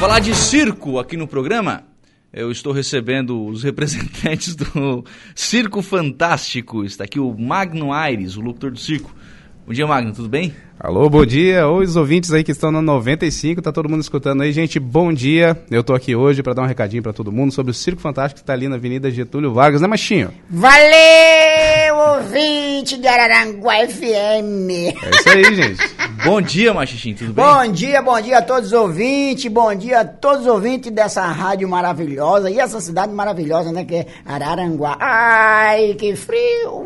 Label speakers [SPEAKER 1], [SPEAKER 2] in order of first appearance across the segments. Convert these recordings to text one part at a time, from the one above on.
[SPEAKER 1] Falar de circo aqui no programa, eu estou recebendo os representantes do Circo Fantástico. Está aqui o Magno Aires, o locutor do circo. Bom dia, Magno, tudo bem?
[SPEAKER 2] Alô, bom dia. Oi, os ouvintes aí que estão na 95, tá todo mundo escutando aí. Gente, bom dia. Eu tô aqui hoje para dar um recadinho para todo mundo sobre o Circo Fantástico que tá ali na Avenida Getúlio Vargas, né, Machinho?
[SPEAKER 3] Valeu, ouvinte de Araranguá FM.
[SPEAKER 2] É isso aí, gente.
[SPEAKER 1] Bom dia, Machichinho, tudo bem?
[SPEAKER 3] Bom dia, bom dia a todos os ouvintes, bom dia a todos os ouvintes dessa rádio maravilhosa e essa cidade maravilhosa, né, que é Araranguá. Ai, que frio.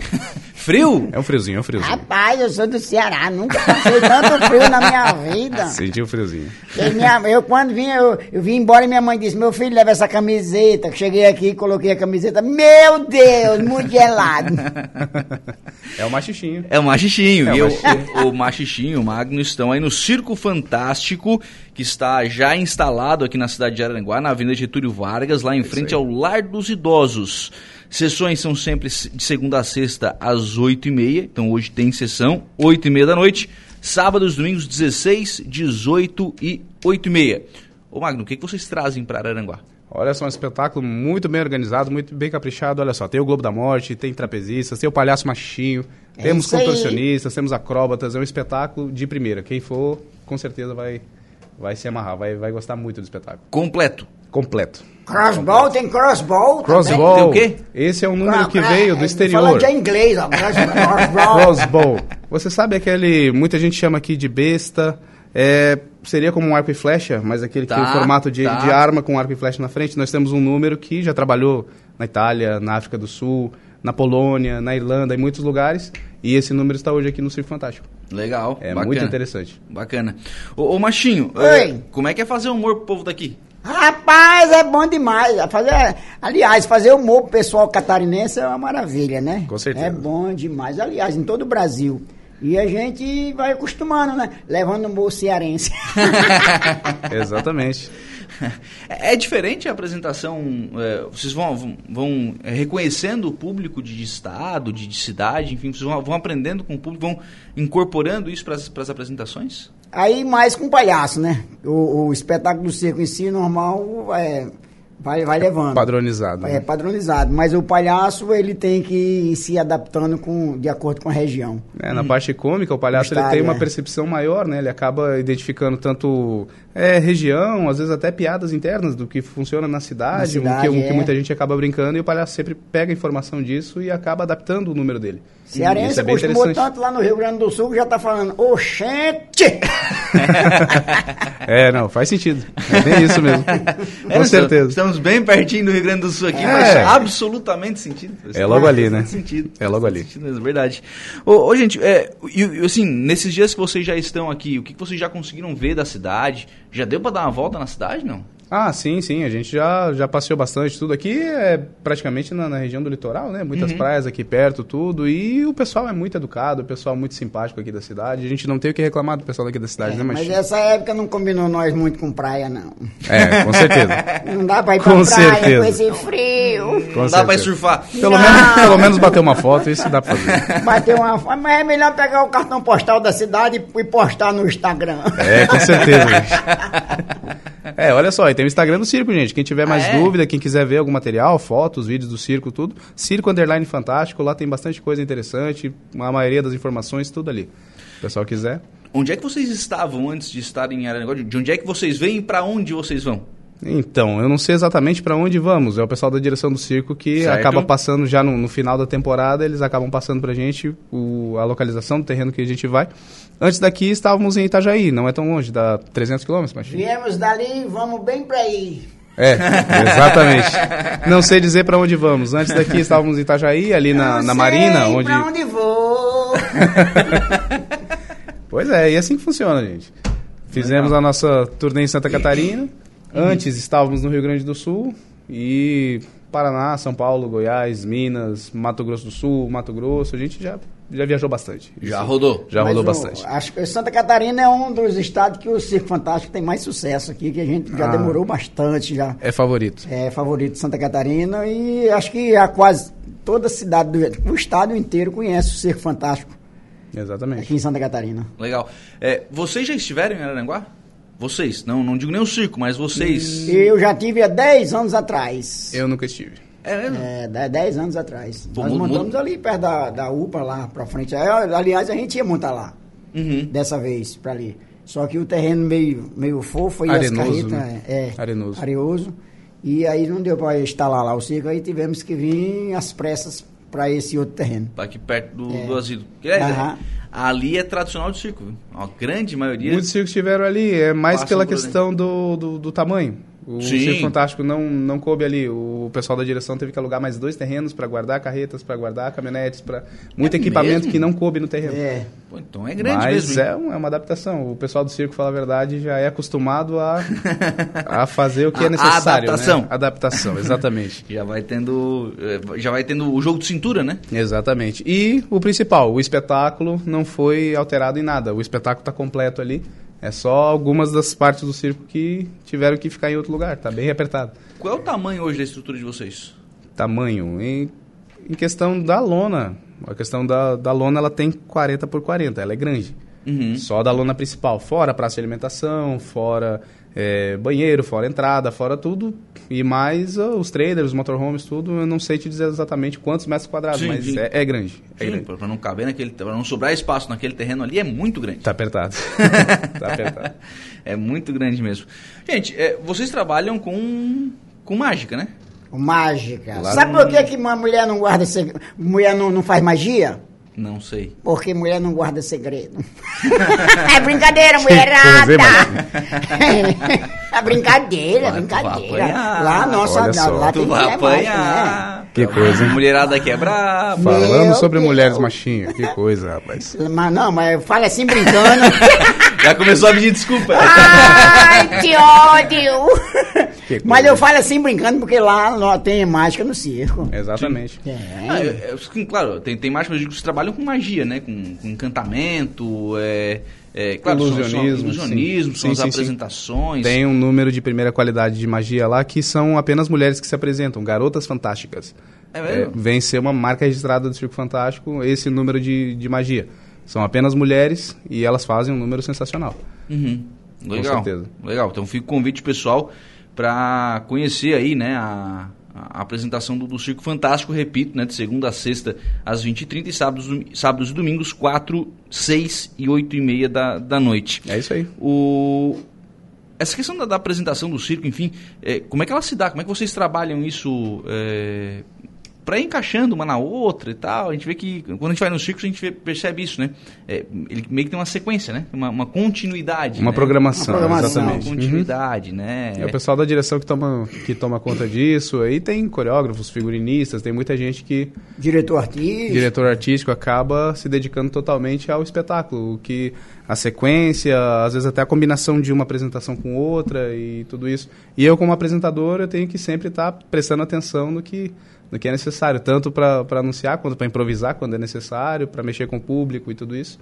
[SPEAKER 1] Frio?
[SPEAKER 2] É um friozinho, é um friozinho.
[SPEAKER 3] Rapaz, eu sou do Ceará, nunca passei tanto frio na minha vida.
[SPEAKER 2] Sentiu o friozinho.
[SPEAKER 3] E minha- eu quando vim, eu, eu vim embora e minha mãe disse, meu filho, leva essa camiseta. Cheguei aqui, coloquei a camiseta, meu Deus, muito gelado.
[SPEAKER 2] É o Machichinho.
[SPEAKER 1] É o Machichinho.
[SPEAKER 2] É o
[SPEAKER 1] e eu-
[SPEAKER 2] Machichinho.
[SPEAKER 1] o, o Machichinho e o Magno estão aí no Circo Fantástico, que está já instalado aqui na cidade de Araranguá, na Avenida Getúlio Vargas, lá em frente ao Lar dos Idosos. Sessões são sempre se- de segunda a sexta às 8h30, então hoje tem sessão, 8h30 da noite. Sábados, domingos, 16, 18 e 8h30. Ô Magno, o que, que vocês trazem para Araranguá?
[SPEAKER 2] Olha só, um espetáculo muito bem organizado, muito bem caprichado. Olha só, tem o Globo da Morte, tem trapezistas, tem o Palhaço Machinho,
[SPEAKER 3] É
[SPEAKER 2] temos
[SPEAKER 3] isso aí.
[SPEAKER 2] contorcionistas, temos acróbatas. É um espetáculo de primeira. Quem for, com certeza vai, vai se amarrar, vai, vai gostar muito do espetáculo.
[SPEAKER 1] Completo.
[SPEAKER 2] Completo.
[SPEAKER 3] Crossbow, tem crossbow também.
[SPEAKER 2] Crossbow.
[SPEAKER 1] Tem o quê?
[SPEAKER 2] Esse é um número que
[SPEAKER 3] Ah,
[SPEAKER 2] veio do
[SPEAKER 3] é,
[SPEAKER 2] exterior.
[SPEAKER 3] Falando já em inglês, é ó. Crossbow.
[SPEAKER 2] Crossbow. Você sabe aquele. Muita gente chama aqui de besta. é, seria como um arco e flecha, mas aquele que
[SPEAKER 1] Tá,
[SPEAKER 2] tem o formato de,
[SPEAKER 1] tá.
[SPEAKER 2] de arma com arco e flecha na frente. Nós temos um número que já trabalhou na Itália, na África do Sul, na Polônia, na Irlanda, em muitos lugares. E esse número está hoje aqui no Circo Fantástico.
[SPEAKER 1] Legal.
[SPEAKER 2] É
[SPEAKER 1] bacana.
[SPEAKER 2] muito interessante.
[SPEAKER 1] Bacana. Ô, ô Machinho,
[SPEAKER 3] Oi.
[SPEAKER 1] eh, como é que é fazer humor pro povo daqui?
[SPEAKER 3] Rapaz, é bom demais. Fazer, aliás, fazer humor pro pessoal catarinense é uma maravilha, né?
[SPEAKER 2] Com certeza.
[SPEAKER 3] É bom demais. Aliás, em todo o Brasil. E a gente vai acostumando, né? Levando humor cearense.
[SPEAKER 2] Exatamente.
[SPEAKER 1] É é diferente a apresentação? eh, vocês vão, vão, vão, eh, reconhecendo o público de estado, de, de cidade, enfim, vocês vão, vão aprendendo com o público, vão incorporando isso para as apresentações?
[SPEAKER 3] Aí mais com palhaço, né? O, o espetáculo do circo em si, normal, é, vai, vai levando.
[SPEAKER 2] Padronizado. né?
[SPEAKER 3] É padronizado, mas o palhaço ele tem que ir se adaptando com, de acordo com a região.
[SPEAKER 2] É, na parte cômica, o palhaço ele
[SPEAKER 3] Mistério,
[SPEAKER 2] tem uma
[SPEAKER 3] é.
[SPEAKER 2] percepção maior, né? Ele acaba identificando tanto é, região, às vezes até piadas internas do que funciona na cidade,
[SPEAKER 3] Na cidade,
[SPEAKER 2] o, que, o que
[SPEAKER 3] é.
[SPEAKER 2] muita gente acaba brincando, e o palhaço sempre pega a informação disso e acaba adaptando o número dele.
[SPEAKER 3] Cearense
[SPEAKER 2] Isso é bem
[SPEAKER 3] costumou
[SPEAKER 2] interessante.
[SPEAKER 3] tanto lá no Rio Grande do Sul que já tá falando, oxente!
[SPEAKER 2] É, não, faz sentido. É bem isso mesmo.
[SPEAKER 1] É,
[SPEAKER 2] Com
[SPEAKER 1] nós
[SPEAKER 2] certeza.
[SPEAKER 1] Estamos bem pertinho do Rio Grande do Sul aqui,
[SPEAKER 2] É.
[SPEAKER 1] faz absolutamente sentido.
[SPEAKER 2] É logo ali,
[SPEAKER 1] Faz
[SPEAKER 2] né?
[SPEAKER 1] Sentido.
[SPEAKER 2] É logo
[SPEAKER 1] Faz
[SPEAKER 2] ali.
[SPEAKER 1] Sentido mesmo, verdade. Ô, ô, gente, é, e- e, assim, nesses dias que vocês já estão aqui, o que que vocês já conseguiram ver da cidade? Já deu para dar uma volta na cidade, não?
[SPEAKER 2] Ah, sim, sim, a gente já, já passeou bastante tudo aqui, é praticamente na, na região do litoral, né?
[SPEAKER 1] Uhum.
[SPEAKER 2] Muitas praias aqui perto, tudo, e o pessoal é muito educado, o pessoal é muito simpático aqui da cidade, a gente não tem o que reclamar do pessoal daqui da
[SPEAKER 1] É,
[SPEAKER 2] cidade, né,
[SPEAKER 3] Mas
[SPEAKER 2] Machinho?
[SPEAKER 3] essa época não combinou nós muito com praia, não.
[SPEAKER 2] É, com certeza.
[SPEAKER 3] Não dá pra ir pra
[SPEAKER 2] Com
[SPEAKER 3] praia
[SPEAKER 2] certeza.
[SPEAKER 3] com esse frio.
[SPEAKER 2] Com
[SPEAKER 1] não dá para
[SPEAKER 2] certeza.
[SPEAKER 1] surfar.
[SPEAKER 2] Pelo menos, pelo menos bater uma foto, isso dá pra fazer.
[SPEAKER 3] Bater uma fome, mas é melhor pegar o cartão postal da cidade e e postar no Instagram.
[SPEAKER 2] É, com certeza, gente. É, olha só, e tem o Instagram do Circo, gente. Quem tiver mais
[SPEAKER 1] Ah, é?
[SPEAKER 2] dúvida, quem quiser ver algum material, fotos, vídeos do circo, tudo, Circo Underline Fantástico, lá tem bastante coisa interessante, a maioria das informações, tudo ali. Se o pessoal quiser.
[SPEAKER 1] Onde é que vocês estavam antes de estarem em Araranguá? De onde é que vocês vêm e para onde vocês vão?
[SPEAKER 2] Então, eu não sei exatamente pra onde vamos. É o pessoal da direção do circo que
[SPEAKER 1] Certo.
[SPEAKER 2] acaba passando já no, no final da temporada, eles acabam passando pra gente o- a localização do terreno que a gente vai. Antes daqui estávamos em Itajaí, não é tão longe, dá 300 quilômetros, Machinho.
[SPEAKER 3] Viemos dali, vamos bem pra aí.
[SPEAKER 2] É, exatamente. não sei dizer pra onde vamos. Antes daqui estávamos em Itajaí, ali na,
[SPEAKER 3] Não
[SPEAKER 2] na
[SPEAKER 3] sei
[SPEAKER 2] Marina, onde.
[SPEAKER 3] Pra onde vou?
[SPEAKER 2] Pois é, e é assim que funciona, gente. Fizemos a nossa turnê em Santa Catarina. Antes estávamos no Rio Grande do Sul e Paraná, São Paulo, Goiás, Minas, Mato Grosso do Sul, Mato Grosso. A gente já, já viajou bastante.
[SPEAKER 1] Já
[SPEAKER 2] Isso
[SPEAKER 1] rodou.
[SPEAKER 2] Já
[SPEAKER 3] Mas
[SPEAKER 2] rodou
[SPEAKER 3] o-
[SPEAKER 2] bastante.
[SPEAKER 3] Acho que Santa Catarina é um dos estados que o Circo Fantástico tem mais sucesso aqui, que a gente já
[SPEAKER 2] Ah.
[SPEAKER 3] demorou bastante já.
[SPEAKER 2] É favorito.
[SPEAKER 3] É favorito de Santa Catarina e acho que a quase toda a cidade, do, o estado inteiro conhece o Circo Fantástico
[SPEAKER 2] Exatamente.
[SPEAKER 3] aqui em Santa Catarina.
[SPEAKER 1] Legal. É, vocês já estiveram em Araranguá? Vocês, não, não digo nem o circo, mas vocês.
[SPEAKER 3] Eu já tive há 10 anos atrás.
[SPEAKER 2] Eu nunca estive.
[SPEAKER 1] É, mesmo?
[SPEAKER 3] É, de- 10 anos atrás.
[SPEAKER 1] Pô,
[SPEAKER 3] Nós
[SPEAKER 1] mu- mu-
[SPEAKER 3] montamos ali perto da, da UPA, lá pra frente. Aí, ó, Aliás, a gente ia montar lá,
[SPEAKER 1] Uhum.
[SPEAKER 3] dessa vez, pra ali. Só que o terreno meio, meio fofo e
[SPEAKER 2] Arenoso,
[SPEAKER 3] as carretas...
[SPEAKER 2] né?
[SPEAKER 3] É,
[SPEAKER 2] Arenoso.
[SPEAKER 3] areoso. E aí não deu pra instalar lá o circo, aí tivemos que vir às pressas pra esse outro terreno.
[SPEAKER 1] Tá aqui perto do,
[SPEAKER 3] É.
[SPEAKER 1] do asilo. Que é,
[SPEAKER 3] Aham.
[SPEAKER 1] Ali é tradicional de circo. viu? A grande maioria.
[SPEAKER 2] Muitos circos tiveram ali, é mais
[SPEAKER 1] Passam
[SPEAKER 2] pela
[SPEAKER 1] por ali.
[SPEAKER 2] questão do, do, do tamanho. O
[SPEAKER 1] Sim.
[SPEAKER 2] Circo Fantástico não, não coube ali. O pessoal da direção teve que alugar mais dois terrenos para guardar carretas, para guardar caminhonetes, para muito
[SPEAKER 1] É
[SPEAKER 2] equipamento
[SPEAKER 1] mesmo?
[SPEAKER 2] que não coube no terreno.
[SPEAKER 3] É,
[SPEAKER 1] Pô, então é grande
[SPEAKER 2] Mas
[SPEAKER 1] mesmo. hein?
[SPEAKER 2] É, um- é uma adaptação. O pessoal do circo, falar a verdade, já é acostumado a, a fazer o que
[SPEAKER 1] A-
[SPEAKER 2] é
[SPEAKER 1] a
[SPEAKER 2] necessário. né?
[SPEAKER 1] adaptação.
[SPEAKER 2] Adaptação, exatamente.
[SPEAKER 1] Já vai tendo. eh, Já vai tendo o jogo de cintura, né?
[SPEAKER 2] Exatamente. E o principal, o espetáculo não foi alterado em nada. O espetáculo está completo ali. É só algumas das partes do circo que tiveram que ficar em outro lugar. Tá bem apertado.
[SPEAKER 1] Qual é o tamanho hoje da estrutura de vocês?
[SPEAKER 2] Tamanho. Em, em questão da lona. A questão da, da lona ela tem 40 por 40, ela é grande.
[SPEAKER 1] Uhum.
[SPEAKER 2] Só da lona principal. Fora praça de alimentação, fora é, banheiro, fora entrada, fora tudo. E mais ó, os trailers, os motorhomes, tudo. Eu não sei te dizer exatamente quantos metros quadrados,
[SPEAKER 1] Sim,
[SPEAKER 2] mas
[SPEAKER 1] sim.
[SPEAKER 2] É, é grande. É
[SPEAKER 1] Sim,
[SPEAKER 2] grande.
[SPEAKER 1] pra pra não caber naquele. Pra não sobrar espaço naquele terreno ali é muito grande.
[SPEAKER 2] Tá apertado. tá apertado.
[SPEAKER 1] É muito grande mesmo. Gente, eh, vocês trabalham com. com mágica, né?
[SPEAKER 3] mágica.
[SPEAKER 2] Lá
[SPEAKER 3] Sabe por que, que uma mulher não guarda segredo? Mulher não, não faz magia?
[SPEAKER 1] Não sei.
[SPEAKER 3] Porque mulher não guarda segredo. é brincadeira,
[SPEAKER 2] Pois é,
[SPEAKER 3] mulherada!
[SPEAKER 2] mano.
[SPEAKER 3] é brincadeira, é
[SPEAKER 1] Vai, tu vai
[SPEAKER 3] brincadeira.
[SPEAKER 1] apanhar.
[SPEAKER 3] Lá, nossa,
[SPEAKER 2] Olha só.
[SPEAKER 3] lá, lá
[SPEAKER 1] Tu
[SPEAKER 3] Ah, tem né?
[SPEAKER 1] vai
[SPEAKER 3] mulher mágica,
[SPEAKER 1] apanhar.
[SPEAKER 2] Que coisa, hein?
[SPEAKER 1] Mulherada aqui é brava.
[SPEAKER 2] Falando
[SPEAKER 3] Meu
[SPEAKER 2] sobre
[SPEAKER 3] Deus.
[SPEAKER 2] mulheres machinhas, que coisa, rapaz.
[SPEAKER 3] né? Mas não, mas fala assim brincando.
[SPEAKER 1] Já começou a pedir desculpa.
[SPEAKER 3] Ah, Ai, que
[SPEAKER 2] Que
[SPEAKER 3] ódio! mas
[SPEAKER 2] coisa.
[SPEAKER 3] eu falo assim brincando porque lá, lá tem mágica no circo.
[SPEAKER 2] Exatamente.
[SPEAKER 3] É.
[SPEAKER 1] Ah, eu- eu- sim, claro, tem, tem mais mas eu digo que vocês trabalham com magia, né? Com, com encantamento, é, é, claro, são-
[SPEAKER 2] Ilusionismo,
[SPEAKER 1] são, ilusionismo,
[SPEAKER 2] sim.
[SPEAKER 1] são
[SPEAKER 2] Sim,
[SPEAKER 1] as
[SPEAKER 2] sim, sim.
[SPEAKER 1] apresentações.
[SPEAKER 2] Tem um número de primeira qualidade de magia lá que são apenas mulheres que se apresentam, garotas fantásticas.
[SPEAKER 1] É mesmo?
[SPEAKER 2] vem ser uma marca registrada do Circo Fantástico esse número de, de magia. São apenas mulheres e elas fazem um número sensacional.
[SPEAKER 1] Uhum. Legal.
[SPEAKER 2] certeza.
[SPEAKER 1] Legal. Então fica o convite pessoal para conhecer aí, né, a, a apresentação do, do Circo Fantástico, repito, né, de segunda a sexta às 20h30 e sábados, sábados e domingos 4, 6 e 8 e meia da, da noite.
[SPEAKER 2] É isso aí.
[SPEAKER 1] O... Essa questão da, da apresentação do circo, enfim, é, como é que ela se dá? Como é que vocês trabalham isso é, para ir encaixando uma na outra e tal? A gente vê que quando a gente vai no circo, a gente vê- percebe isso, né? É, ele meio que tem uma sequência, né? Uma, uma continuidade.
[SPEAKER 2] Uma
[SPEAKER 1] né?
[SPEAKER 2] programação,
[SPEAKER 3] É, Uma programação.
[SPEAKER 1] Uma
[SPEAKER 2] exatamente. Uhum.
[SPEAKER 1] continuidade, né?
[SPEAKER 2] É o pessoal da direção que toma, que toma conta disso. Aí tem coreógrafos, figurinistas, tem muita gente que,
[SPEAKER 3] Diretor artístico.
[SPEAKER 2] diretor artístico, acaba se dedicando totalmente ao espetáculo. O que a sequência, às vezes até a combinação de uma apresentação com outra e tudo isso. E eu, como apresentador, eu tenho que sempre estar prestando atenção no que, no que é necessário, tanto para anunciar, quanto para improvisar, quando é necessário, para mexer com o público e tudo isso.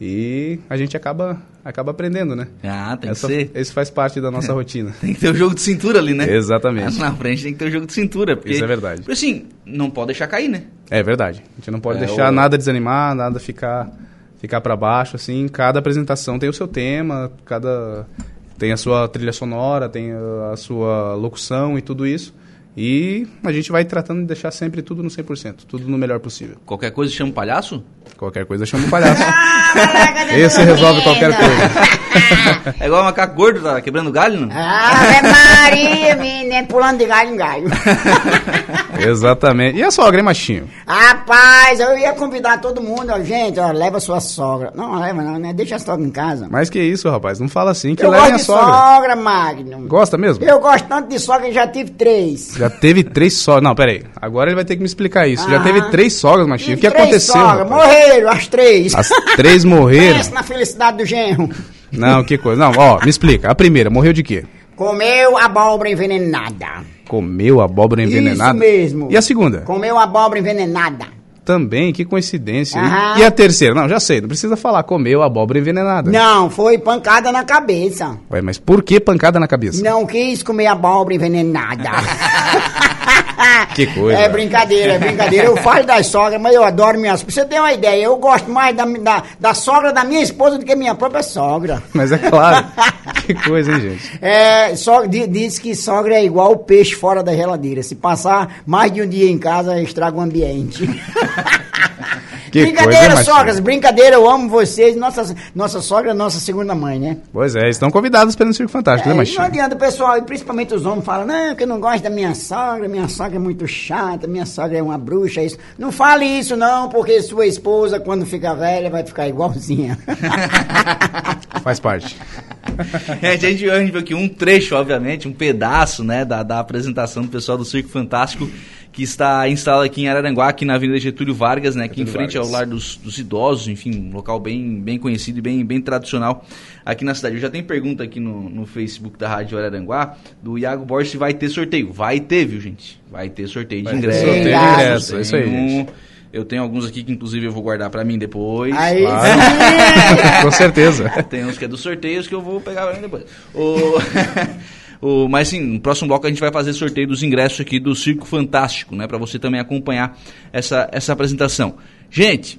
[SPEAKER 2] E a gente acaba, acaba aprendendo, né?
[SPEAKER 1] Ah, tem
[SPEAKER 2] Essa-
[SPEAKER 1] que ser.
[SPEAKER 2] Isso faz parte da nossa rotina.
[SPEAKER 1] Tem que ter o jogo de cintura ali, né?
[SPEAKER 2] Exatamente.
[SPEAKER 1] Na frente tem que ter o jogo de cintura. Porque,
[SPEAKER 2] Isso é verdade.
[SPEAKER 1] Porque assim, não pode deixar cair, né?
[SPEAKER 2] É verdade. A gente não pode
[SPEAKER 1] É,
[SPEAKER 2] deixar
[SPEAKER 1] o-
[SPEAKER 2] nada desanimar, nada ficar ficar para baixo assim. Cada apresentação tem o seu tema, cada tem a sua trilha sonora, tem a, a sua locução e tudo isso. E a gente vai tratando de deixar sempre tudo no 100%, tudo no melhor possível.
[SPEAKER 1] Qualquer coisa chama o palhaço?
[SPEAKER 2] Qualquer coisa chama o palhaço.
[SPEAKER 3] Ah,
[SPEAKER 2] Esse
[SPEAKER 4] Esse
[SPEAKER 2] resolve qualquer coisa.
[SPEAKER 1] É igual o macaco gordo, tá quebrando galho,
[SPEAKER 3] É.
[SPEAKER 1] não?
[SPEAKER 3] Ave Maria, menina, pulando de galho em galho.
[SPEAKER 2] Exatamente. E a sogra, hein, machinho?
[SPEAKER 3] Rapaz, eu ia convidar todo mundo, ó, gente, ó, leva sua sogra. Não, leva não, né? Deixa a sogra em casa.
[SPEAKER 2] Mas que isso, rapaz? Não fala assim que
[SPEAKER 3] eu gosto
[SPEAKER 2] levem a
[SPEAKER 3] de
[SPEAKER 2] sogra.
[SPEAKER 3] sogra, Magno.
[SPEAKER 2] Gosta mesmo?
[SPEAKER 3] Eu gosto tanto de sogra que já tive três.
[SPEAKER 2] Já teve três sogras. Não, peraí. Agora ele vai ter que me explicar isso. Já
[SPEAKER 3] Ah.
[SPEAKER 2] teve três sogras, machinho. O que
[SPEAKER 3] Tive três
[SPEAKER 2] aconteceu?
[SPEAKER 3] Sogra,
[SPEAKER 2] rapaz?
[SPEAKER 3] morreram as três.
[SPEAKER 2] As três morreram.
[SPEAKER 3] Pensa na felicidade do genro.
[SPEAKER 2] Não, que coisa. Não, ó, me explica. A primeira morreu de quê?
[SPEAKER 3] Comeu abóbora envenenada.
[SPEAKER 2] Comeu abóbora envenenada?
[SPEAKER 3] Isso mesmo.
[SPEAKER 2] E a segunda?
[SPEAKER 3] Comeu abóbora envenenada.
[SPEAKER 2] É. Também, que coincidência. hein?
[SPEAKER 3] Aham.
[SPEAKER 2] E a terceira? Não, já sei, não precisa falar. Comeu abóbora envenenada.
[SPEAKER 3] Não, foi pancada na cabeça.
[SPEAKER 2] Ué, mas por que pancada na cabeça?
[SPEAKER 3] Não quis comer abóbora envenenada.
[SPEAKER 2] Que coisa.
[SPEAKER 3] É brincadeira, é brincadeira. Eu falo das sogras, mas eu adoro minhas. Pra você ter uma ideia, eu gosto mais da, da, da sogra da minha esposa do que minha própria sogra.
[SPEAKER 2] Mas é claro. que coisa, hein, gente?
[SPEAKER 3] É, so, di- diz que sogra é igual o peixe fora da geladeira. Se passar mais de um dia em casa, estraga o ambiente.
[SPEAKER 2] Que
[SPEAKER 3] brincadeira,
[SPEAKER 2] coisa, Marcelo.
[SPEAKER 3] sogras, brincadeira, eu amo vocês. Nossa, nossa sogra é nossa segunda mãe, né?
[SPEAKER 2] Pois é, estão convidados pelo Circo Fantástico,
[SPEAKER 3] É,
[SPEAKER 2] né,
[SPEAKER 3] não
[SPEAKER 2] Machinho?
[SPEAKER 3] adianta, o pessoal, e principalmente os homens, falam, não, que eu não gosto da minha sogra, minha sogra é muito chata, minha sogra é uma bruxa, isso. Não fale isso, não, porque sua esposa, quando fica velha, vai ficar igualzinha.
[SPEAKER 2] Faz parte.
[SPEAKER 1] É, a gente a gente viu aqui um trecho, obviamente, um pedaço, né, da, da apresentação do pessoal do Circo Fantástico, que está instalado aqui em Araranguá, aqui na Avenida Getúlio Vargas, né, aqui em
[SPEAKER 2] Getúlio
[SPEAKER 1] frente ao
[SPEAKER 2] Vargas.
[SPEAKER 1] Lar dos, dos Idosos, enfim, um local bem, bem conhecido e bem, bem tradicional aqui na cidade. Eu já tenho pergunta aqui no, no Facebook da Rádio Araranguá, do Iago Borges, se vai ter sorteio. Vai ter, viu, gente? Vai ter sorteio de
[SPEAKER 2] Vai ter
[SPEAKER 1] ingresso.
[SPEAKER 3] sorteio de
[SPEAKER 2] ingresso, é isso aí,
[SPEAKER 1] Tem um-
[SPEAKER 2] gente.
[SPEAKER 1] Eu tenho alguns aqui que, inclusive, eu vou guardar pra mim depois.
[SPEAKER 3] Aí
[SPEAKER 2] Claro. Com certeza.
[SPEAKER 1] Tem uns que é dos sorteios que eu vou pegar pra mim depois. O, o, mas sim, no próximo bloco a gente vai fazer sorteio dos ingressos aqui do Circo Fantástico, né? Pra você também acompanhar essa, essa apresentação. Gente,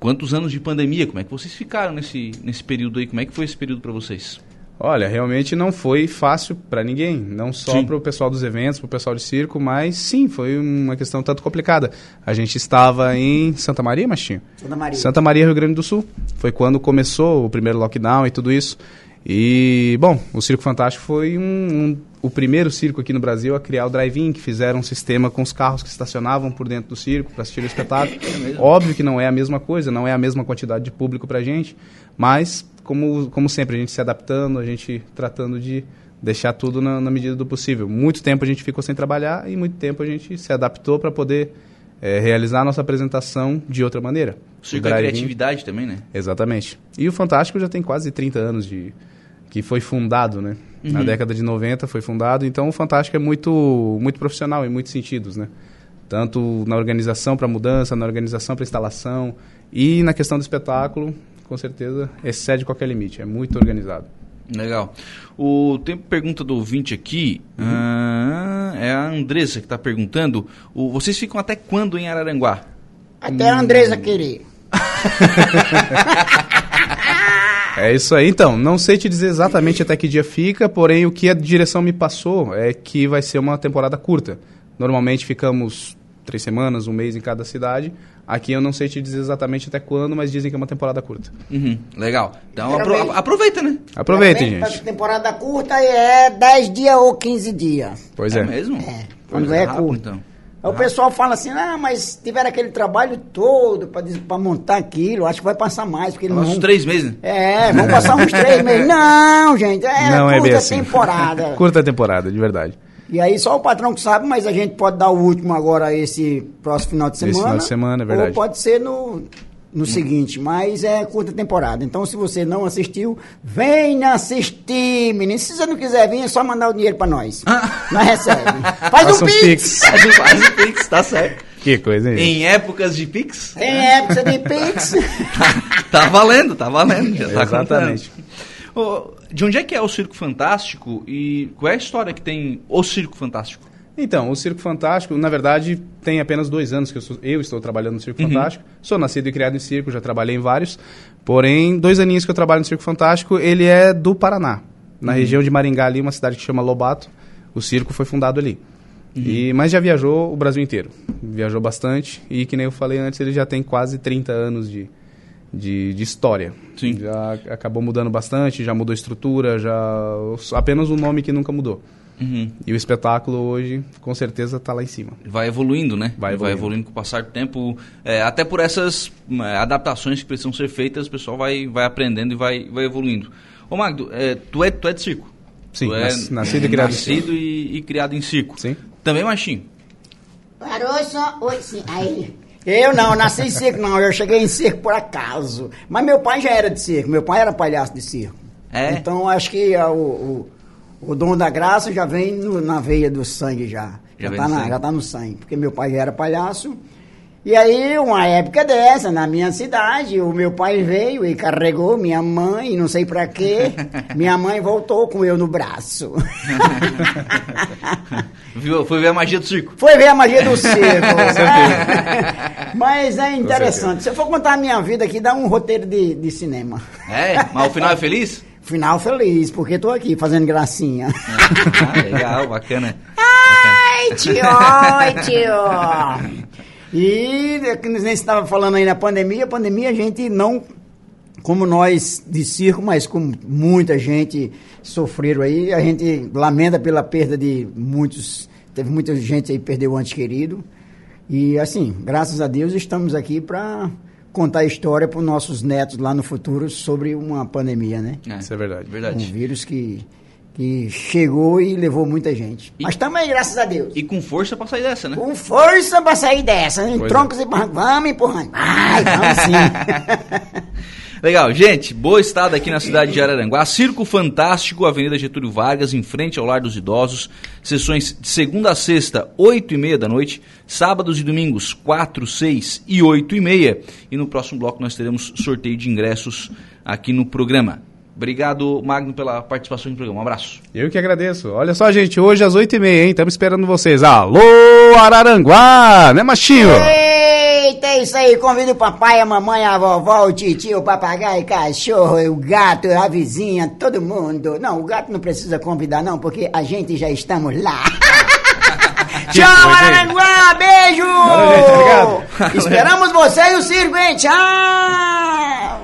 [SPEAKER 1] quantos anos de pandemia? Como é que vocês ficaram nesse, nesse período aí? Como é que foi esse período pra vocês?
[SPEAKER 2] Olha, realmente não foi fácil pra ninguém, não só
[SPEAKER 1] Sim.
[SPEAKER 2] para o pessoal dos eventos, para o pessoal de circo, mas sim, foi uma questão tanto complicada. A gente estava em Santa Maria, Machinho?
[SPEAKER 3] Santa Maria.
[SPEAKER 2] Santa Maria, Rio Grande do Sul. Foi quando começou o primeiro lockdown e tudo isso. E, bom, o Circo Fantástico foi um, um- o primeiro circo aqui no Brasil a criar o drive-in, que fizeram um sistema com os carros que estacionavam por dentro do circo para assistir o espetáculo. Óbvio que não é a mesma coisa, não é a mesma quantidade de público para gente, mas, como, como sempre, a gente se adaptando, a gente tratando de deixar tudo na, na medida do possível. Muito tempo a gente ficou sem trabalhar e muito tempo a gente se adaptou para poder eh, realizar a nossa apresentação de outra maneira.
[SPEAKER 1] O circo é
[SPEAKER 2] drive-in-
[SPEAKER 1] criatividade também, né?
[SPEAKER 2] Exatamente. E o Fantástico já tem quase 30 anos de que foi fundado, né? Na década de 90 foi fundado, então o Fantástico é muito muito profissional em muitos sentidos, né? Tanto na organização para mudança, na organização para instalação e na questão do espetáculo, com certeza excede qualquer limite, é muito organizado.
[SPEAKER 1] Legal. O tem pergunta do ouvinte aqui. ah, é a Andressa que está perguntando. O, vocês ficam até quando em Araranguá?
[SPEAKER 3] Até a Andresa querer.
[SPEAKER 2] É isso aí, então. Não sei te dizer exatamente até que dia fica, porém o que a direção me passou é que vai ser uma temporada curta. Normalmente ficamos três semanas, um mês em cada cidade. Aqui eu não sei te dizer exatamente até quando, mas dizem que é uma temporada curta.
[SPEAKER 1] Uhum, legal. Então apro-
[SPEAKER 3] Geralmente-
[SPEAKER 1] aproveita, né?
[SPEAKER 2] Aproveitem,
[SPEAKER 3] Geralmente,
[SPEAKER 2] gente.
[SPEAKER 3] pra Temporada curta é 10 dias ou 15 dias.
[SPEAKER 2] Pois é.
[SPEAKER 1] mesmo?
[SPEAKER 3] É,
[SPEAKER 1] Pois
[SPEAKER 3] quando é
[SPEAKER 1] rápido,
[SPEAKER 3] curto.
[SPEAKER 1] então.
[SPEAKER 3] Aí o pessoal fala assim, ah, mas tiveram aquele trabalho todo pra des- pra montar aquilo, acho que vai passar mais, porque eles não
[SPEAKER 1] Nossos
[SPEAKER 3] vão...
[SPEAKER 1] três meses.
[SPEAKER 3] É, vamos passar uns três meses. Não, gente, é
[SPEAKER 2] não
[SPEAKER 3] curta
[SPEAKER 2] é bem assim.
[SPEAKER 3] temporada.
[SPEAKER 2] curta temporada, de verdade.
[SPEAKER 3] E aí só o patrão que sabe, mas a gente pode dar o último agora esse próximo final de
[SPEAKER 2] Esse
[SPEAKER 3] semana.
[SPEAKER 2] final de semana, é verdade. Hum.
[SPEAKER 3] Ou pode ser no, no seguinte, mas é curta temporada. Então se você não assistiu, venha assistir, menino. Se você não quiser vir, é só mandar o dinheiro pra nós. Nós recebe. Faz
[SPEAKER 2] Ah. Faça
[SPEAKER 3] um
[SPEAKER 2] um
[SPEAKER 3] pix.
[SPEAKER 2] pix.
[SPEAKER 1] Faz o- faz o Pix, tá certo.
[SPEAKER 2] Que coisa, hein? gente?
[SPEAKER 1] Em épocas de Pix,
[SPEAKER 3] Tem época de pix.
[SPEAKER 1] tá valendo, tá valendo. Já tá
[SPEAKER 2] Exatamente.
[SPEAKER 1] contando. Ô, de onde é que é o Circo Fantástico e qual é a história que tem o Circo Fantástico?
[SPEAKER 2] Então, o Circo Fantástico, na verdade, tem apenas dois anos que eu, sou- eu estou trabalhando no Circo Fantástico. Sou nascido e criado em circo, já trabalhei em vários. Porém, dois aninhos que eu trabalho no Circo Fantástico, ele é do Paraná. Na região de Maringá, ali, uma cidade que chama Lobato. O circo foi fundado ali. E, mas já viajou o Brasil inteiro. Viajou bastante. E, que nem eu falei antes, ele já tem quase 30 anos de, de, de história.
[SPEAKER 1] Sim.
[SPEAKER 2] Já acabou mudando bastante, já mudou a estrutura, já... Apenas o nome que nunca mudou.
[SPEAKER 1] Uhum.
[SPEAKER 2] E o espetáculo hoje, com certeza, está lá em cima.
[SPEAKER 1] Vai evoluindo, né?
[SPEAKER 2] Vai evoluindo.
[SPEAKER 1] com o passar do tempo. é, até por essas hum, é, adaptações que precisam ser feitas, o pessoal vai, vai aprendendo e vai, vai evoluindo. Ô Magdo, é, tu, é, tu é de circo?
[SPEAKER 2] Sim,
[SPEAKER 1] Tu é
[SPEAKER 2] nas- nascido e criado em circo.
[SPEAKER 1] nascido e, e criado em circo.
[SPEAKER 2] Sim.
[SPEAKER 1] Também é machinho.
[SPEAKER 3] Parou só. Oi, sim. Aí. Eu não, nasci em circo, não. Eu cheguei em circo por acaso. Mas meu pai já era de circo. Meu pai era palhaço de circo.
[SPEAKER 1] É?
[SPEAKER 3] Então acho que ah, o, o, o dom da graça já vem no- na veia do sangue já.
[SPEAKER 1] Já
[SPEAKER 3] Já,
[SPEAKER 1] vem
[SPEAKER 3] tá
[SPEAKER 1] no
[SPEAKER 3] na-
[SPEAKER 1] sangue.
[SPEAKER 3] já tá no sangue. Porque meu pai já era palhaço. E aí, uma época dessa, na minha cidade, o meu pai veio e carregou minha mãe, não sei pra quê. Minha mãe voltou com eu no braço.
[SPEAKER 1] Viu? Foi ver a magia do circo.
[SPEAKER 3] Foi ver a magia do circo. né? Mas é interessante. Se eu for contar a minha vida aqui, dá um roteiro de, de cinema.
[SPEAKER 1] É? Mas o final é feliz?
[SPEAKER 3] Final feliz, porque tô aqui fazendo gracinha.
[SPEAKER 1] Ah, legal, bacana.
[SPEAKER 3] Ai, tio, ai, tio. E é que nem estava falando aí na pandemia, a pandemia a gente não, como nós de circo, mas como muita gente sofreram aí, a gente lamenta pela perda de muitos, teve muita gente aí que perdeu o antes querido. E assim, graças a Deus estamos aqui para contar a história para os nossos netos lá no futuro sobre uma pandemia, né?
[SPEAKER 2] Isso é verdade.
[SPEAKER 3] Um
[SPEAKER 1] Verdade.
[SPEAKER 3] vírus que, que chegou e levou muita gente.
[SPEAKER 1] E-
[SPEAKER 3] Mas também, graças a Deus.
[SPEAKER 1] E com força pra sair dessa, né?
[SPEAKER 3] Com força pra sair dessa, em
[SPEAKER 2] Pois é.
[SPEAKER 3] troncos e barrancos. Vamos empurrando. Ai, vamos sim.
[SPEAKER 1] Legal, gente, boa estada aqui na cidade de Araranguá. Circo Fantástico, Avenida Getúlio Vargas, em frente ao Lar dos Idosos. Sessões de segunda a sexta, 8 e meia da noite. Sábados e domingos, 4, 6 e 8 e meia. E no próximo bloco nós teremos sorteio de ingressos aqui no programa. Obrigado, Magno, pela participação no programa. Um abraço.
[SPEAKER 2] Eu que agradeço. Olha só, gente, hoje às 8h30, hein? Estamos esperando vocês. Alô, Araranguá! Né, Machinho?
[SPEAKER 3] Eita, é isso aí. Convido o papai, a mamãe, a vovó, o titio, o papagaio, o cachorro, o gato, a vizinha, todo mundo. Não, o gato não precisa convidar, não, porque a gente já estamos lá. Tchau,
[SPEAKER 2] coisa, hein?
[SPEAKER 3] Aranguá! Beijo!
[SPEAKER 2] Valeu, gente, obrigado.
[SPEAKER 3] Esperamos vocês no circo, hein? Tchau!